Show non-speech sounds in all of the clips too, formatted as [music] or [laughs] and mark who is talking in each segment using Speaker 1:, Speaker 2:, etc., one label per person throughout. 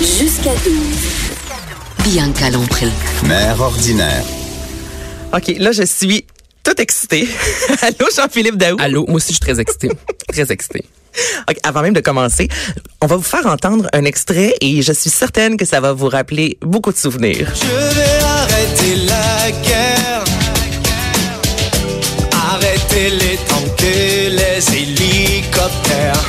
Speaker 1: Jusqu'à 12. Bien calompré.
Speaker 2: Mère ordinaire.
Speaker 3: OK, là, je suis toute excitée. [laughs] Allô, Jean-Philippe Daou.
Speaker 4: Allô, moi aussi je suis très excitée. très excitée.
Speaker 3: OK, avant même de commencer, on va vous faire entendre un extrait et je suis certaine que ça va vous rappeler beaucoup de souvenirs.
Speaker 5: Je vais arrêter la guerre. Arrêter les tanks et les hélicoptères.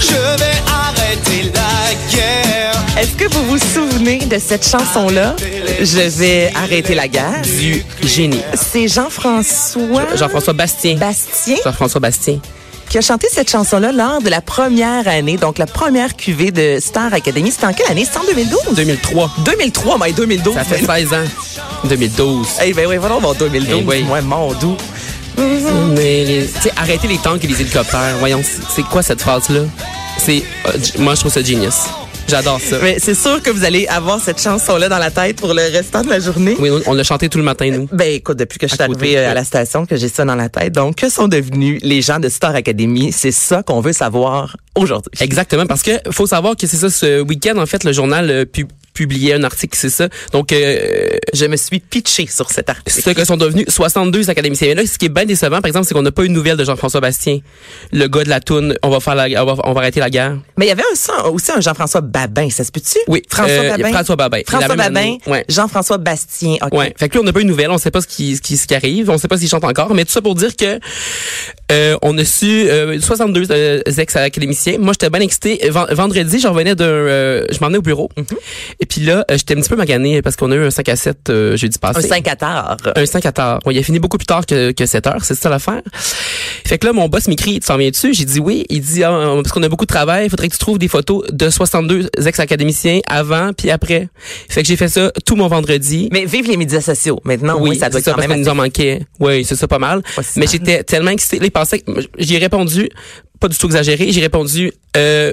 Speaker 5: Je vais arrêter la guerre.
Speaker 3: Est-ce que vous vous souvenez de cette chanson-là? Je vais arrêter la guerre.
Speaker 4: Du génie.
Speaker 3: C'est Jean-François
Speaker 4: Jean-François Bastien.
Speaker 3: Bastien
Speaker 4: Jean-François Bastien.
Speaker 3: qui a chanté cette chanson-là lors de la première année, donc la première cuvée de Star Academy. C'était en quelle année? C'était en 2012?
Speaker 4: 2003.
Speaker 3: 2003, mais 2012.
Speaker 4: Ça fait
Speaker 3: ben-
Speaker 4: 16 ans. 2012.
Speaker 3: Eh ben oui, voilà, bon, 2012.
Speaker 4: Eh oui.
Speaker 3: Ouais, mon doux.
Speaker 4: Mais les- tu sais, arrêtez les tanks et les hélicoptères. Voyons, c'est c'est quoi cette phrase-là? C'est. euh, g- moi, je trouve ça genius. J'adore ça.
Speaker 3: Mais c'est sûr que vous allez avoir cette chanson-là dans la tête pour le restant de la journée.
Speaker 4: Oui, on- on l'a chanté tout le matin, nous.
Speaker 3: Ben écoute, depuis que je suis
Speaker 4: À côté,
Speaker 3: arrivée euh, à
Speaker 4: ouais.
Speaker 3: la station, que j'ai ça dans la tête. Donc, que sont devenus les gens de Star Academy? C'est ça qu'on veut savoir aujourd'hui.
Speaker 4: Exactement, parce que faut savoir que c'est ça, ce week-end, en fait, le journal euh, pu- publiait un article, c'est ça. Donc, euh,
Speaker 3: Je me suis pitchée sur cet article.
Speaker 4: ce que sont devenus 62 académiciens. Mais là, ce qui est bien décevant, par exemple, c'est qu'on n'a pas eu de nouvelles de Jean-François Bastien, le gars de la toune. On va faire, la, on va, on va arrêter la guerre.
Speaker 3: Mais il y avait un son- aussi un Jean-François Babin, ça se peut-tu?
Speaker 4: Oui,
Speaker 3: François
Speaker 4: euh,
Speaker 3: Babin.
Speaker 4: François Babin.
Speaker 3: François
Speaker 4: La même
Speaker 3: Babin,
Speaker 4: année. Ouais.
Speaker 3: Jean-François Bastien. OK.
Speaker 4: Ouais. Fait que là, on n'a pas eu de nouvelles. On sait pas ce qui, ce qui, ce qui arrive. On sait pas s'il chante encore. Mais tout ça pour dire que, euh, on a su, euh, 62 euh, ex-académiciens. Moi, j'étais bien excité. Ven- Vendredi, je revenais d'un, euh, je m'en venais au bureau.
Speaker 3: Mm-hmm.
Speaker 4: Et puis là, euh, j'étais un petit peu magané parce qu'on a eu un 5 à 7, euh, jeudi passé.
Speaker 3: Un 5 à tard.
Speaker 4: Un 5 à tard. Ouais, il a fini beaucoup plus tard que, que 7 heures, c'est ça l'affaire. Fait que là, mon boss m'écrit, tu t'en viens dessus? J'ai dit oui. Il dit, Ah, parce qu'on a beaucoup de travail, il faudrait que tu trouves des photos de 62 ex-académiciens avant puis après. Fait que j'ai fait ça tout mon vendredi.
Speaker 3: Mais vive les médias sociaux. Maintenant, Ah oui, ça doit
Speaker 4: c'est
Speaker 3: être quand
Speaker 4: parce
Speaker 3: même...
Speaker 4: qu'on nous en manquait. Oui, c'est ça pas mal.
Speaker 3: Pas si
Speaker 4: Mais
Speaker 3: mal.
Speaker 4: j'étais tellement excitée. Là, il pensait que j'y ai répondu, pas du tout exagéré, j'ai répondu, euh,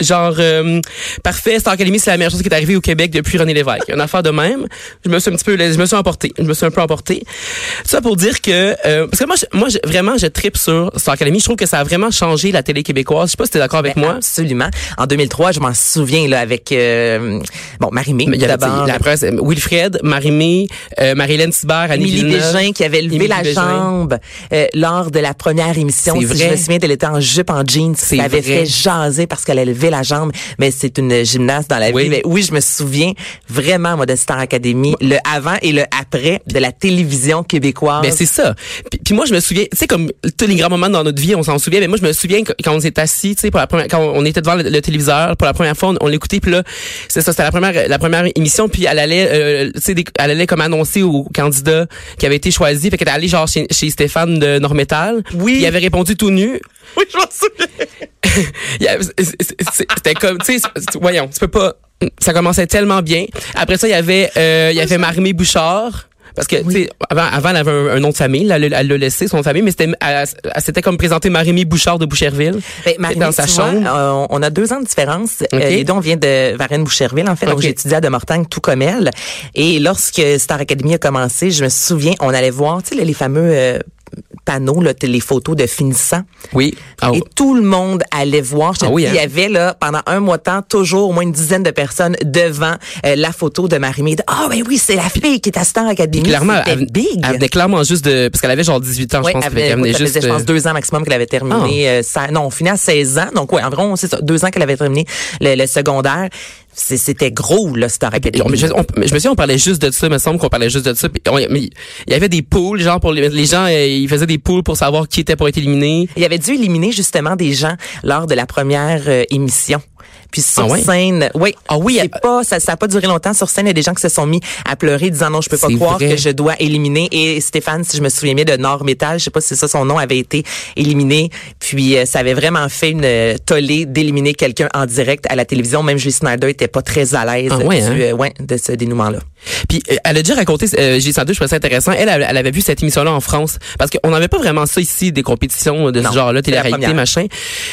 Speaker 4: genre, euh, parfait, Star Academy, c'est la meilleure chose qui est arrivée au Québec depuis René Lévesque. Une affaire de même. Je me suis un petit peu, je me suis emporté. Je me suis un peu emporté. Ça pour dire que, euh, parce que moi, je- moi, je- vraiment, je tripe sur Star Academy. Je trouve que ça a vraiment changé la télé québécoise. Je sais pas si t'es d'accord avec
Speaker 3: Ben,
Speaker 4: moi.
Speaker 3: Absolument. En 2003, je m'en souviens, là, avec, euh, bon, Marie-Mé,
Speaker 4: Mais il y avait
Speaker 3: d'abord.
Speaker 4: la presse, euh, Wilfred, Marie-Mé, euh, Marilyn Sibert, Annie
Speaker 3: Émilie
Speaker 4: Villeneuve.
Speaker 3: Desjardins qui avait levé
Speaker 4: Émilie
Speaker 3: la
Speaker 4: Desjardins.
Speaker 3: jambe euh, lors de la première émission.
Speaker 4: C'est
Speaker 3: Si
Speaker 4: vrai.
Speaker 3: je me souviens, elle était en jupe, en jeans.
Speaker 4: C'est
Speaker 3: Ça avait
Speaker 4: vrai.
Speaker 3: fait jaser parce qu'elle a levé la jambe. Mais c'est une gymnaste dans la
Speaker 4: Oui.
Speaker 3: vie. Mais oui, je me souviens vraiment, moi, de Star Academy, le avant et le après de la télévision québécoise.
Speaker 4: Ben c'est ça. Puis, puis moi je me souviens, tu sais comme tous les grands moments dans notre vie, on s'en souvient. Mais moi je me souviens que- quand on s'est assis, tu sais pour la première, quand on était devant le, le téléviseur pour la première fois, on, on l'écoutait. Puis là, c'est ça, c'était la première, la première émission. Puis elle allait, euh, tu sais, des- elle allait comme annoncer aux candidats qui avaient été choisis. Fait qu'elle est allée genre chez, chez Stéphane de Normétal.
Speaker 3: Oui.
Speaker 4: Il avait répondu tout nu.
Speaker 3: oui, [laughs] je m'en souviens.
Speaker 4: [laughs] Il y avait- c'est- c'est- C'était comme, tu sais, c'est- voyons, tu peux pas. Ça commençait tellement bien. Après ça, il y avait, euh, il y avait Marimé Bouchard. Parce que, tu sais, avant, avant, elle avait un, un nom de famille. là, Elle, l'a- elle l'a laissé, son nom de famille, mais c'était, elle, elle s'était comme présentée Marimé Bouchard de Boucherville.
Speaker 3: Ben, Marie,
Speaker 4: dans sa
Speaker 3: tu vois,
Speaker 4: chambre.
Speaker 3: euh, on a deux ans de différence.
Speaker 4: Ok.
Speaker 3: Euh, les deux, on vient de Varennes Boucherville, en fait. Donc,
Speaker 4: Ok.
Speaker 3: j'ai étudié à De Mortagne, tout comme elle. Et lorsque Star Academy a commencé, je me souviens, on allait voir, tu sais, les- les fameux euh, panneaux, là, t- les photos de finissants.
Speaker 4: Oui. Ah,
Speaker 3: Et tout le monde allait voir. Je te
Speaker 4: Ah oui,
Speaker 3: dis,
Speaker 4: hein?
Speaker 3: Il y avait là pendant un mois de temps toujours au moins une dizaine de personnes devant euh, la photo de Marie-Mé. Ah ben oui, c'est la fille qui est à Star Academy.
Speaker 4: clairement,
Speaker 3: C'était
Speaker 4: elle,
Speaker 3: big.
Speaker 4: elle venait clairement juste de, parce qu'elle avait genre 18 ans,
Speaker 3: Ouais,
Speaker 4: je pense.
Speaker 3: elle
Speaker 4: fait qu'elle
Speaker 3: venait-
Speaker 4: venait
Speaker 3: écoute, ça
Speaker 4: juste,
Speaker 3: faisait, je pense,
Speaker 4: euh, Ah.
Speaker 3: deux ans maximum qu'elle avait terminé. euh, ça- non, on finit à 16 ans. Donc, ouais, environ, c'est ça, deux ans qu'elle avait terminé le, le secondaire. C'est- C'était gros, là, Star
Speaker 4: Et
Speaker 3: Academy.
Speaker 4: on- je, on- je me souviens, on parlait juste de ça, il me semble qu'on parlait juste de ça. puis on- mais il y avait des poules, genre pour les, les gens, euh, ils faisaient des poules pour savoir qui était pour être éliminé.
Speaker 3: Il avait dû éliminer, justement, des gens lors de la première euh, émission. Puis sur
Speaker 4: Ah ouais?
Speaker 3: scène, oui,
Speaker 4: Ah oui,
Speaker 3: c'est
Speaker 4: euh,
Speaker 3: pas, ça n'a pas duré longtemps. Sur scène, il y a des gens qui se sont mis à pleurer, disant non, je peux pas
Speaker 4: C'est
Speaker 3: croire
Speaker 4: vrai.
Speaker 3: que je dois éliminer. Et Stéphane, si je me souviens bien, de Nord Métal, je sais pas si c'est ça son nom, avait été éliminé. Puis euh, ça avait vraiment fait une euh, tollée d'éliminer quelqu'un en direct à la télévision. Même Julie Snyder était pas très à l'aise
Speaker 4: Ah ouais,
Speaker 3: du,
Speaker 4: hein?
Speaker 3: euh, ouais, de ce dénouement-là.
Speaker 4: Puis euh, elle a déjà raconté, euh, j'ai senti, je trouvais ça intéressant. Elle, elle, elle avait vu cette émission-là en France parce qu'on n'avait pas vraiment ça ici, des compétitions de
Speaker 3: Non,
Speaker 4: ce genre-là,
Speaker 3: c'est la
Speaker 4: télé-réalité,
Speaker 3: première.
Speaker 4: machin.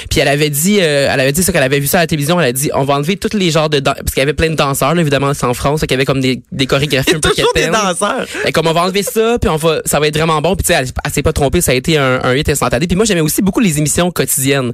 Speaker 4: Puis elle avait dit, euh, elle avait dit ça qu'elle avait vu ça à la télévision, elle elle a dit on va enlever tous les genres de dan- parce qu'il y avait plein de danseurs là, évidemment c'est en France donc il y avait comme des, des chorégraphies
Speaker 3: Il y
Speaker 4: un
Speaker 3: a
Speaker 4: peu
Speaker 3: toujours des
Speaker 4: quétaines.
Speaker 3: danseurs.
Speaker 4: Et comme on va enlever ça, puis on va, ça va être vraiment bon. Puis tu sais, elle, elle s'est pas trompée, ça a été un, un hit instantané. Puis moi, j'aimais aussi beaucoup les émissions quotidiennes.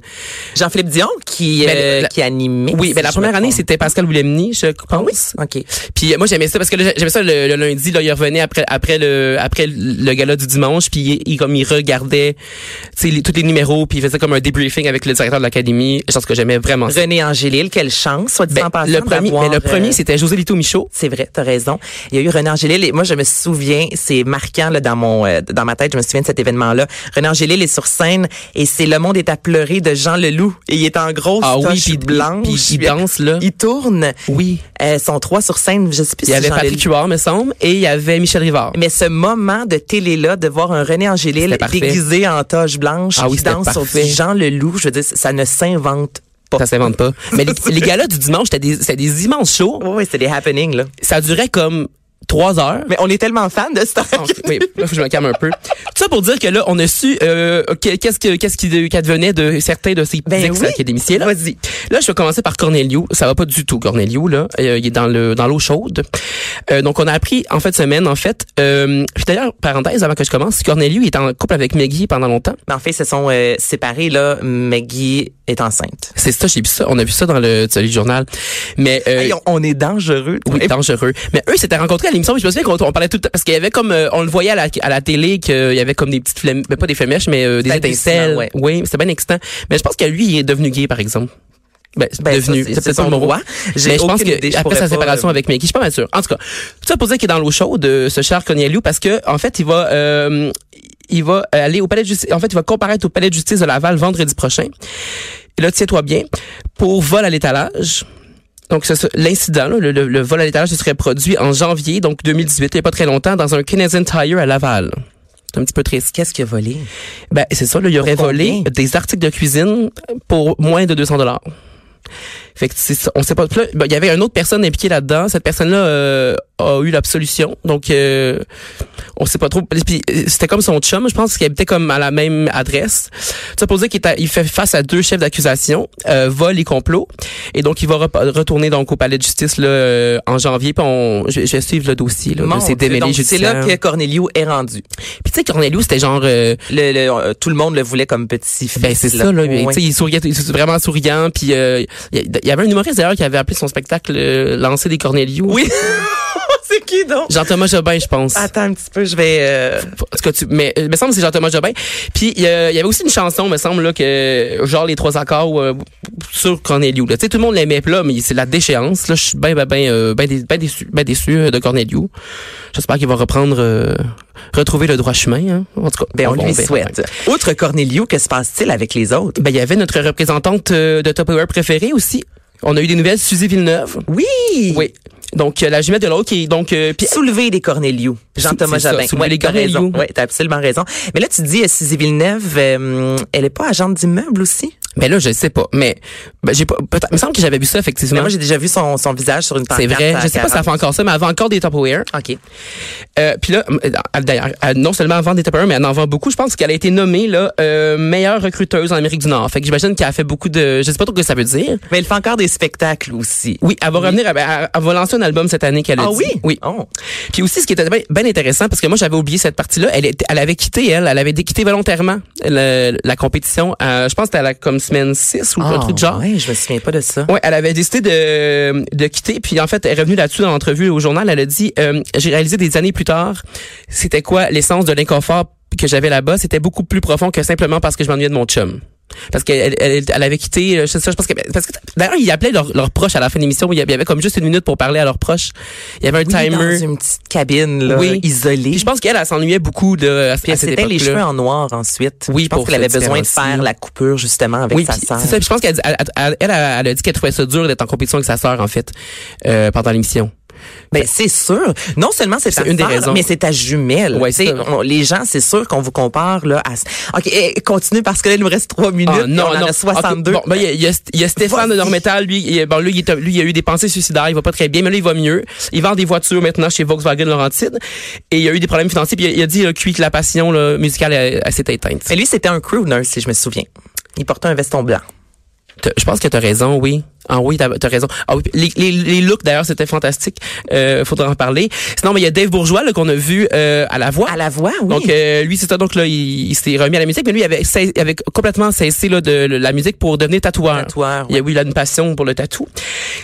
Speaker 3: Jean-Philippe Dion qui,
Speaker 4: Ben,
Speaker 3: euh,
Speaker 4: la-
Speaker 3: qui animait.
Speaker 4: Oui,
Speaker 3: si
Speaker 4: ben la
Speaker 3: je
Speaker 4: première
Speaker 3: me
Speaker 4: année,
Speaker 3: trompe.
Speaker 4: c'était Pascal Boulemny, je
Speaker 3: Ah oui?
Speaker 4: pense.
Speaker 3: OK.
Speaker 4: Puis euh, moi, j'aimais ça parce que là, j'aimais ça le, le lundi, là, il revenait après après le après le gala du dimanche, puis il, il- comme il regardait, tu sais, les- tous les numéros, puis il faisait comme un débriefing avec le directeur de l'académie. Je pense que j'aimais vraiment ça.
Speaker 3: René Angélil, quelle chance, soit dit
Speaker 4: Ben,
Speaker 3: en passant.
Speaker 4: le premier,
Speaker 3: d'avoir,
Speaker 4: ben, le premier,
Speaker 3: euh,
Speaker 4: c'était José Lito Michaud.
Speaker 3: C'est vrai, t'as raison. Il y a eu René Angélil et moi je me souviens, c'est marquant là, dans mon euh, dans ma tête, je me souviens de cet événement-là. René Angélil est sur scène et c'est Le Monde est à pleurer de Jean Leloup et il est en grosse
Speaker 4: Ah oui,
Speaker 3: toche
Speaker 4: puis
Speaker 3: blanche.
Speaker 4: puis il danse là.
Speaker 3: Il tourne.
Speaker 4: Oui.
Speaker 3: Euh, sont trois sur scène, je sais plus
Speaker 4: Il y
Speaker 3: si
Speaker 4: avait
Speaker 3: Jean
Speaker 4: Patrick
Speaker 3: Leloup-
Speaker 4: Huard, me semble, et il y avait Michel Rivard.
Speaker 3: Mais ce moment de télé-là, de voir un René Angélil
Speaker 4: C'était parfait.
Speaker 3: déguisé en toge blanche
Speaker 4: Ah oui,
Speaker 3: qui
Speaker 4: c'était
Speaker 3: danse sur
Speaker 4: parfait.
Speaker 3: du Jean Leloup, je veux dire, ça ne s'invente pas.
Speaker 4: Ça s'invente pas. Mais les, les galas du dimanche, c'était des, c'était des immenses shows.
Speaker 3: Oui, oui, c'est des happenings, là.
Speaker 4: Ça durait comme trois heures.
Speaker 3: Mais on est tellement fan de Star
Speaker 4: Non, je- oui, là, faut que je me calme un peu. Tout ça pour dire que là, on a su euh, que- qu'est-ce que- qu'est-ce qui de- qu'advenait de certains de ces euh,
Speaker 3: Ben oui.
Speaker 4: ex-académiciens. Là. Vas-y. Là, je vais commencer par Cornelio. Ça va pas du tout, Cornelio. Là, Euh, il est dans le dans l'eau chaude. Euh, donc, on a appris en fin de semaine, en fait. Euh, puis d'ailleurs, parenthèse avant que je commence, Cornelio est en couple avec Maggie pendant longtemps.
Speaker 3: Mais en fait, ils se sont euh, séparés, là. Maggie est enceinte.
Speaker 4: C'est ça, j'ai vu ça. On a vu ça dans le, tu sais, le journal. Mais euh,
Speaker 3: Hey, on, on est dangereux. toi.
Speaker 4: Oui, dangereux. Mais eux, s'étaient rencontrés à l'émission. puis Je me souviens qu'on on parlait tout le temps, parce qu'il y avait comme, euh, on le voyait à la, à la télé, qu'il y avait comme des petites flemmes, mais pas des flemèches, mais euh, des
Speaker 3: C'était
Speaker 4: étincelles.
Speaker 3: hallucinant, ouais.
Speaker 4: Oui, c'était bien excitant. Mais je pense que lui, il est devenu gay, par exemple. Ben, c'est
Speaker 3: Ben,
Speaker 4: devenu.
Speaker 3: ça, c'est-
Speaker 4: C'est
Speaker 3: c'est
Speaker 4: peut-être pas
Speaker 3: son
Speaker 4: le bon
Speaker 3: droit.
Speaker 4: roi.
Speaker 3: J'ai
Speaker 4: Mais je pense
Speaker 3: aucune
Speaker 4: que,
Speaker 3: idée, je
Speaker 4: après
Speaker 3: pourrais
Speaker 4: sa
Speaker 3: pas,
Speaker 4: séparation
Speaker 3: euh,
Speaker 4: avec Mickey, je suis pas mal sûr. En tout cas, tout ça pour dire qu'il est dans l'eau chaude, euh, ce cher Cognelou, parce que, en fait, il va, euh, il va euh, aller au palais de justice. En fait, il va comparaître au palais de justice de Laval vendredi prochain. Et là, tiens-toi bien, pour vol à l'étalage. Donc, ce- ce- l'incident, là, le, le- le vol à l'étalage, se serait produit en janvier, donc 2018, il n'y a pas très longtemps, dans un Canadian Tire à Laval. C'est un petit peu triste.
Speaker 3: Qu'est-ce qu'il a volé?
Speaker 4: Ben, c'est ça, là, il aurait
Speaker 3: Pour
Speaker 4: volé
Speaker 3: combien?
Speaker 4: des articles de cuisine pour moins de 200 dollars. Fait que c'est ça, on sait pas. Puis là, ben, Il y avait une autre personne impliquée là-dedans. Cette personne-là euh, a eu l'absolution, donc euh, on sait pas trop. Puis euh, c'était comme son chum, je pense, qui habitait comme à la même adresse. Ça pour dire qu'il est à- il fait face à deux chefs d'accusation, euh, vol et complot, et donc il va rep- retourner donc au palais de justice là, euh, en janvier. Puis on, je, je vais suivre le dossier là,
Speaker 3: Mon
Speaker 4: de ces
Speaker 3: Dieu,
Speaker 4: démêlés
Speaker 3: donc, C'est là
Speaker 4: judiciaires.
Speaker 3: que Cornelio est rendu.
Speaker 4: Puis tu sais, Cornelius, c'était genre euh,
Speaker 3: Le- le- euh, tout le monde le voulait comme petit fils.
Speaker 4: Ben c'est
Speaker 3: là.
Speaker 4: ça là, mais,
Speaker 3: Oui.
Speaker 4: tu sais, il souriait, il était vraiment souriant, puis euh, il y a- il y avait un humoriste d'ailleurs qui avait appelé son spectacle euh, Lancer des Cornelius.
Speaker 3: Oui. [laughs] Ah. c'est qui donc?
Speaker 4: [laughs] Jean-Thomas Jobin, je pense.
Speaker 3: Attends un petit peu, je vais... euh,
Speaker 4: En tout cas, tu, mais euh, me semble que c'est Jean-Thomas Jobin. Puis il y a- il y avait aussi une chanson, me semble là que genre les trois accords euh, sur Cornelius. là. Tu sais tout le monde l'aimait là, mais c'est la déchéance là, je suis ben ben ben euh, ben, dé- ben déçu, ben déçu euh, de Cornelius. J'espère qu'il va reprendre euh, retrouver le droit chemin hein. En tout cas,
Speaker 3: Ben, on, lui
Speaker 4: verra.
Speaker 3: souhaite. Outre Cornelio, que se passe-t-il avec les autres?
Speaker 4: Ben, il y avait notre représentante euh, de Top Power préférée aussi. On a eu des nouvelles, Suzy Villeneuve.
Speaker 3: Oui!
Speaker 4: Oui. Donc, euh, la jumelle de l'autre qui est donc... euh, puis-
Speaker 3: Soulever des Cornelius. Jean-Thomas
Speaker 4: C'est ça,
Speaker 3: Jobin.
Speaker 4: soulever les
Speaker 3: t'as
Speaker 4: Cornelius.
Speaker 3: raison. Ouais, t'as absolument raison. Mais là, tu dis, euh, Suzy Villeneuve, euh, elle est pas agente d'immeuble aussi?
Speaker 4: ben là, je sais pas. Mais ben, j'ai pas... peut-être- Il me semble que j'avais vu ça,
Speaker 3: Mais
Speaker 4: effectivement.
Speaker 3: moi, j'ai déjà vu son, son visage sur une pancarte.
Speaker 4: C'est vrai.
Speaker 3: à
Speaker 4: Je sais pas si ça fait
Speaker 3: 40.
Speaker 4: encore ça, mais elle vend encore des Top Power.
Speaker 3: OK.
Speaker 4: Euh, puis là, euh, d'ailleurs, euh, non seulement elle vend des Top Power, mais elle en vend beaucoup. Je pense qu'elle a été nommée là euh, meilleure recruteuse en Amérique du Nord. Fait que j'imagine qu'elle a fait beaucoup de... Je sais pas trop ce que ça veut dire.
Speaker 3: Mais elle fait encore des spectacles aussi.
Speaker 4: Oui, elle va revenir, elle, elle- elle va lancer un album cette année qu'elle a
Speaker 3: Ah
Speaker 4: dit.
Speaker 3: oui?
Speaker 4: Oui.
Speaker 3: Oh.
Speaker 4: Puis aussi, ce qui était bien intéressant, parce que moi, j'avais oublié cette partie-là, elle, était- elle avait quitté, elle, elle avait dé- quitté volontairement le- la compétition. à- je pense que c'était à la comme semaine 6 ou un truc de genre.
Speaker 3: Ah, Ouais, je me souviens pas de ça.
Speaker 4: Ouais, elle avait décidé de, de quitter, puis en fait, elle est revenue là-dessus dans l'entrevue au journal. Elle a dit, euh, j'ai réalisé des années plus tard, c'était quoi l'essence de l'inconfort que j'avais là-bas, c'était beaucoup plus profond que simplement parce que je m'ennuyais de mon chum. Parce qu'elle elle, elle avait quitté, euh, je sais ça, je pense que parce que d'ailleurs ils appelaient leurs leurs proches à la fin de l'émission, il y avait il y avait comme juste une minute pour parler à leurs proches. Il y avait un
Speaker 3: Oui,
Speaker 4: timer.
Speaker 3: Dans une petite cabine là,
Speaker 4: Oui.
Speaker 3: isolée.
Speaker 4: Puis je pense qu'elle, elle s'ennuyait beaucoup de à,
Speaker 3: Puis
Speaker 4: à
Speaker 3: elle
Speaker 4: cette
Speaker 3: s'était
Speaker 4: époque-là.
Speaker 3: les cheveux en noir ensuite.
Speaker 4: Oui,
Speaker 3: je pense
Speaker 4: pour
Speaker 3: qu'elle avait
Speaker 4: se
Speaker 3: besoin de
Speaker 4: différencier.
Speaker 3: faire la coupure justement avec
Speaker 4: Oui,
Speaker 3: sa
Speaker 4: puis
Speaker 3: sœur.
Speaker 4: c'est ça. Puis Je pense qu'elle dit- elle, elle, elle, elle a dit qu'elle trouvait ça dur d'être en compétition avec sa sœur en fait euh, pendant l'émission.
Speaker 3: Ben c'est sûr. Non seulement c'est ta
Speaker 4: C'est une des
Speaker 3: sœur,
Speaker 4: raisons.
Speaker 3: mais c'est ta jumelle.
Speaker 4: Ouais,
Speaker 3: Tu sais,
Speaker 4: c'est ça.
Speaker 3: on- les gens, c'est sûr qu'on vous compare là à. Ok, eh, continue parce que là il nous reste trois minutes.
Speaker 4: Ah, non,
Speaker 3: et on en
Speaker 4: non.
Speaker 3: a 62.
Speaker 4: Ok, bon, ben, il y a- il y, a- il y a Stéphane de
Speaker 3: Vas-y.
Speaker 4: Normétal, lui, il, bon, lui, il, est- lui, il a eu des pensées suicidaires, il va pas très bien, mais là, il va mieux. Il vend des voitures maintenant chez Volkswagen Laurentide. Et il a eu des problèmes financiers, puis il a, il a dit, là, cuit, que la passion là, musicale, elle, elle s'est éteinte.
Speaker 3: Mais lui c'était un crooner si je me souviens. Il portait un veston blanc.
Speaker 4: T'as- Je pense que tu as raison, oui. Ah oui, t'as as raison. Ah oui, les, les, les looks d'ailleurs c'était fantastique. Euh, faudra en parler. Sinon, mais il y a Dave Bourgeois là, qu'on a vu euh, à la voix.
Speaker 3: À la voix, oui.
Speaker 4: Donc euh, lui c'est ça. Donc là il, il s'est remis à la musique, mais lui il avait, cessé- il avait complètement cessé là, de le- la musique pour devenir tatoueur.
Speaker 3: Tatoueur,
Speaker 4: Il y a oui, il a une passion pour le tatou.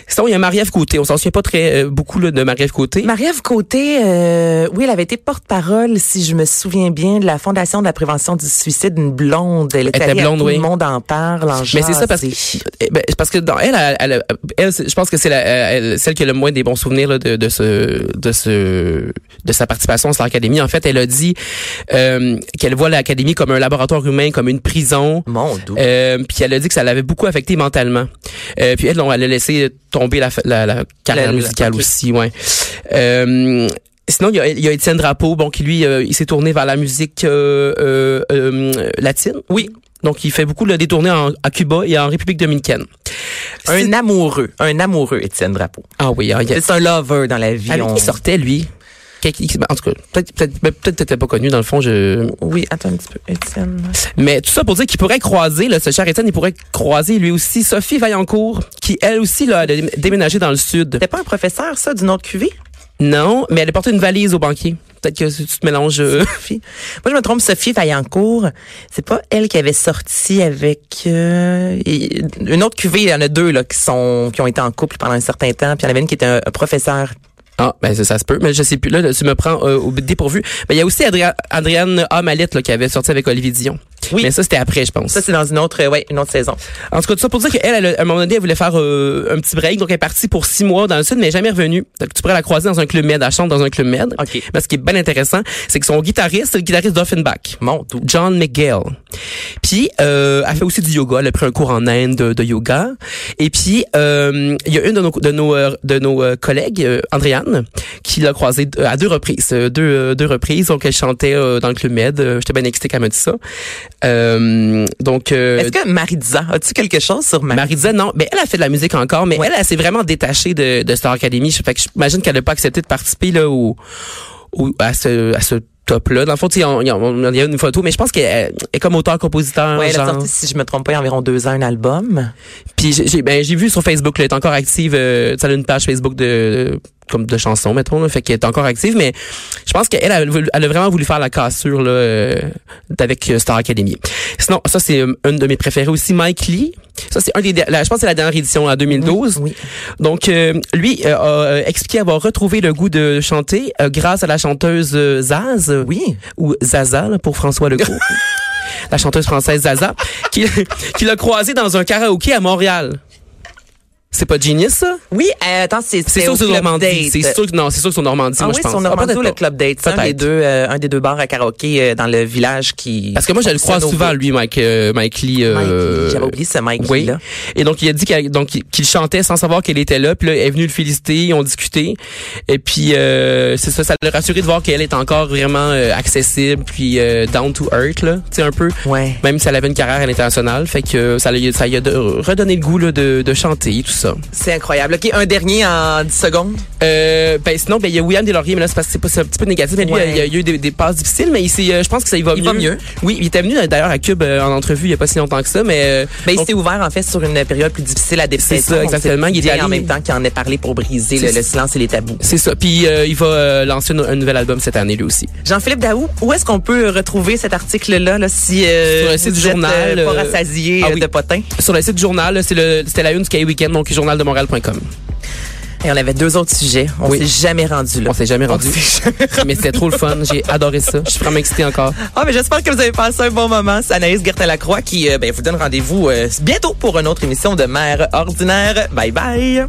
Speaker 4: Sinon il y a Marie-Ève Côté. On s'en souvient pas très euh, beaucoup là, de Marie-Ève Côté.
Speaker 3: Marie-Ève Côté, euh, oui, elle avait été porte-parole, si je me souviens bien, de la Fondation de la prévention du suicide, une blonde. Elle, est
Speaker 4: était
Speaker 3: allée à
Speaker 4: blonde,
Speaker 3: tout
Speaker 4: oui.
Speaker 3: le monde en parle, en
Speaker 4: Mais c'est ça parce que
Speaker 3: jaser.
Speaker 4: eh ben, c'est parce que dans elle, elle, elle- elle, c'est- je pense que c'est la- euh, elle- celle qui a le moins des bons souvenirs là, de, de ce de ce de sa participation à Star Academy. En fait, elle a dit euh, qu'elle voit l'académie comme un laboratoire humain, comme une prison.
Speaker 3: Mon doux.
Speaker 4: Euh, puis elle a dit que ça l'avait beaucoup affectée mentalement. Euh, puis elle, on- elle a laissé tomber la, fa- la, la carrière
Speaker 3: La- la-
Speaker 4: musicale
Speaker 3: ok.
Speaker 4: aussi, ouais. Euh, Sinon, il y a, il y a Étienne Drapeau, bon, qui lui, euh, il s'est tourné vers la musique euh, euh, euh, latine. Oui. Donc, il fait beaucoup le détourner en, à Cuba et en République dominicaine.
Speaker 3: un
Speaker 4: c'est-
Speaker 3: amoureux, un amoureux, Étienne Drapeau.
Speaker 4: Ah oui, ah, il y a-
Speaker 3: C'est un lover dans la vie.
Speaker 4: Avec
Speaker 3: on-
Speaker 4: qui sortait, lui? Quelque- En tout cas, peut-être peut-être peut-être peut-être pas connu, dans le fond, je...
Speaker 3: Oui, attends un petit peu, Étienne.
Speaker 4: Mais tout ça pour dire qu'il pourrait croiser, là, ce cher Étienne, il pourrait croiser lui aussi Sophie Vaillancourt, qui elle aussi là, elle a déménagé dans le sud.
Speaker 3: C'était pas un professeur, ça, d'une autre cuvée?
Speaker 4: Non, mais elle a porté une valise au banquier. Peut-être que tu te mélanges. euh, [laughs]
Speaker 3: Sophie. Moi, je me trompe, Sophie Vaillancourt, c'est pas elle qui avait sorti avec euh, et- une autre cuvée. Il y en a deux là qui sont qui ont été en couple pendant un certain temps. Puis il y en avait une qui était un, un professeur.
Speaker 4: Ah, ben ça, ça se peut, mais je sais plus. Là, tu me prends euh, au dépourvu. Mais il y a aussi Adria- Adrienne Amalit là, qui avait sorti avec Olivier Dion.
Speaker 3: Oui.
Speaker 4: Mais ça, c'était après, je pense.
Speaker 3: Ça, c'est dans une autre, euh, ouais, une autre saison.
Speaker 4: En tout cas, tout ça pour dire qu'elle, elle, a- à un moment donné, elle voulait faire euh, un petit break, donc elle est partie pour six mois dans le sud, mais elle est jamais revenue. Donc, tu pourrais la croiser dans un club med, elle chante dans un club med.
Speaker 3: OK.
Speaker 4: Mais ce qui est bien intéressant, c'est que son guitariste, c'est le guitariste d'Offenbach.
Speaker 3: Mon doux.
Speaker 4: John McGill. Puis, euh, elle fait aussi du yoga. Elle a pris un cours en Inde de, de yoga. Et puis, euh, il y a une de nos, de nos, euh, de nos euh, collègues, euh, Andréane, qui l'a croisée d- à deux reprises. euh, Deux, euh, deux reprises. Donc, elle chantait euh, dans le Club Med. Euh, J'étais bien excitée qu'elle me dise ça. Euh, donc... euh,
Speaker 3: Est-ce que Marie-Disa, as-tu quelque chose sur Marie?
Speaker 4: Marie disait non, mais elle a fait de la musique encore, mais elle, elle s'est vraiment détachée de, de Star Academy. Je- Fait que j'imagine qu'elle n'a pas accepté de participer là au, au- à ce à ce top là. Dans le fond, tu sais, on- on- on- il y a une photo, mais je pense qu'elle elle est comme auteur-compositeur.
Speaker 3: Ouais, elle a
Speaker 4: genre.
Speaker 3: sorti, si je me trompe pas, il y a environ deux ans, un album.
Speaker 4: Puis j'ai- j'ai ben, j'ai vu sur Facebook, là, elle est encore active. Euh, tu sais, elle a une page Facebook de euh, comme de chansons, mettons. Là, fait qu'elle est encore active, mais je pense qu'elle elle a, voulu- elle a vraiment voulu faire la cassure là, euh, avec euh, Star Academy. Sinon, ça c'est euh, une de mes préférées aussi, Mike Lee. Ça c'est un des, la- je pense que c'est la dernière édition en 2012.
Speaker 3: Oui.
Speaker 4: Donc, euh, lui euh, a euh, expliqué avoir retrouvé le goût de chanter euh, grâce à la chanteuse euh, Zaz. euh,
Speaker 3: Oui.
Speaker 4: Ou Zaza, là, pour François Legault. la chanteuse française Zaza, qui, qui l'a croisé dans un karaoké à Montréal. C'est pas genius, ça?
Speaker 3: Oui, euh, attends, c'est
Speaker 4: C'est sûr
Speaker 3: au
Speaker 4: que c'est
Speaker 3: Club
Speaker 4: Normandie.
Speaker 3: Date.
Speaker 4: C'est sûr que, non, c'est sûr que c'est au Normandie,
Speaker 3: Ah oui,
Speaker 4: moi, je
Speaker 3: c'est
Speaker 4: pense.
Speaker 3: au
Speaker 4: Ah,
Speaker 3: Normandie
Speaker 4: peut-être
Speaker 3: ou
Speaker 4: pas.
Speaker 3: le Club Date. C'est un des
Speaker 4: Peut-être.
Speaker 3: deux, euh, un des deux bars à karaoké euh, dans le village qui.
Speaker 4: Parce que moi, je le croise
Speaker 3: fonctionne au
Speaker 4: souvent,
Speaker 3: bout.
Speaker 4: lui, Mike, euh, Mike Lee. euh,
Speaker 3: Mike, j'avais oublié ce Mike
Speaker 4: Oui.
Speaker 3: là.
Speaker 4: Et donc il a dit qu'elle- donc qu'il chantait sans savoir qu'elle était là, puis là, elle est venue le féliciter, ils ont discuté. Et puis euh, c'est ça, ça l'a rassuré de voir qu'elle est encore vraiment euh, accessible, puis euh, down to earth là, tu sais un peu.
Speaker 3: Ouais.
Speaker 4: Même si elle avait une carrière à l'international, fait que euh, ça lui ça lui a de- redonné le goût là, de, de chanter tout ça.
Speaker 3: C'est incroyable. OK, un dernier en 10 secondes.
Speaker 4: Euh, ben sinon ben il y a William Deslauriers mais là c'est parce que c'est pas- c'est un petit peu négatif mais lui
Speaker 3: Ouais.
Speaker 4: il y a, il y a eu des, des passes difficiles mais il s'est, euh, je pense que ça y va
Speaker 3: Il
Speaker 4: mieux.
Speaker 3: va mieux.
Speaker 4: Oui, il était venu euh, d'ailleurs à Cube euh, en entrevue il y a pas si longtemps que ça mais euh,
Speaker 3: Ben, il
Speaker 4: donc,
Speaker 3: s'est ouvert, en fait, sur une période plus difficile à définir.
Speaker 4: ça, exactement. Il est
Speaker 3: Il est
Speaker 4: allé-
Speaker 3: en même temps qu'il en est parlé pour briser le,
Speaker 4: C'est-
Speaker 3: le silence et les tabous.
Speaker 4: C'est ça. Puis euh, il va euh, lancer un, un nouvel album cette année lui aussi.
Speaker 3: Jean-Philippe Daou, où est-ce qu'on peut retrouver cet article-là, là, si, euh,
Speaker 4: Sur le site
Speaker 3: vous
Speaker 4: du
Speaker 3: êtes,
Speaker 4: journal,
Speaker 3: euh, pas
Speaker 4: euh,
Speaker 3: rassasié
Speaker 4: ah
Speaker 3: euh,
Speaker 4: oui.
Speaker 3: de potin?
Speaker 4: Sur le site du journal, c'est le c'était la une du Sky Weekend donc journaldemontréal.com.
Speaker 3: Et on avait deux autres sujets. On
Speaker 4: Oui.
Speaker 3: s'est jamais rendu là.
Speaker 4: On s'est jamais rendu. Mais c'était trop le fun, j'ai adoré ça. Je suis vraiment excitée encore.
Speaker 3: [laughs] Ah, mais j'espère que vous avez passé un bon moment. C'est Anaïs Gertin-Lacroix qui, euh, ben, vous donne rendez-vous euh, bientôt pour une autre émission de Mère ordinaire. Bye bye!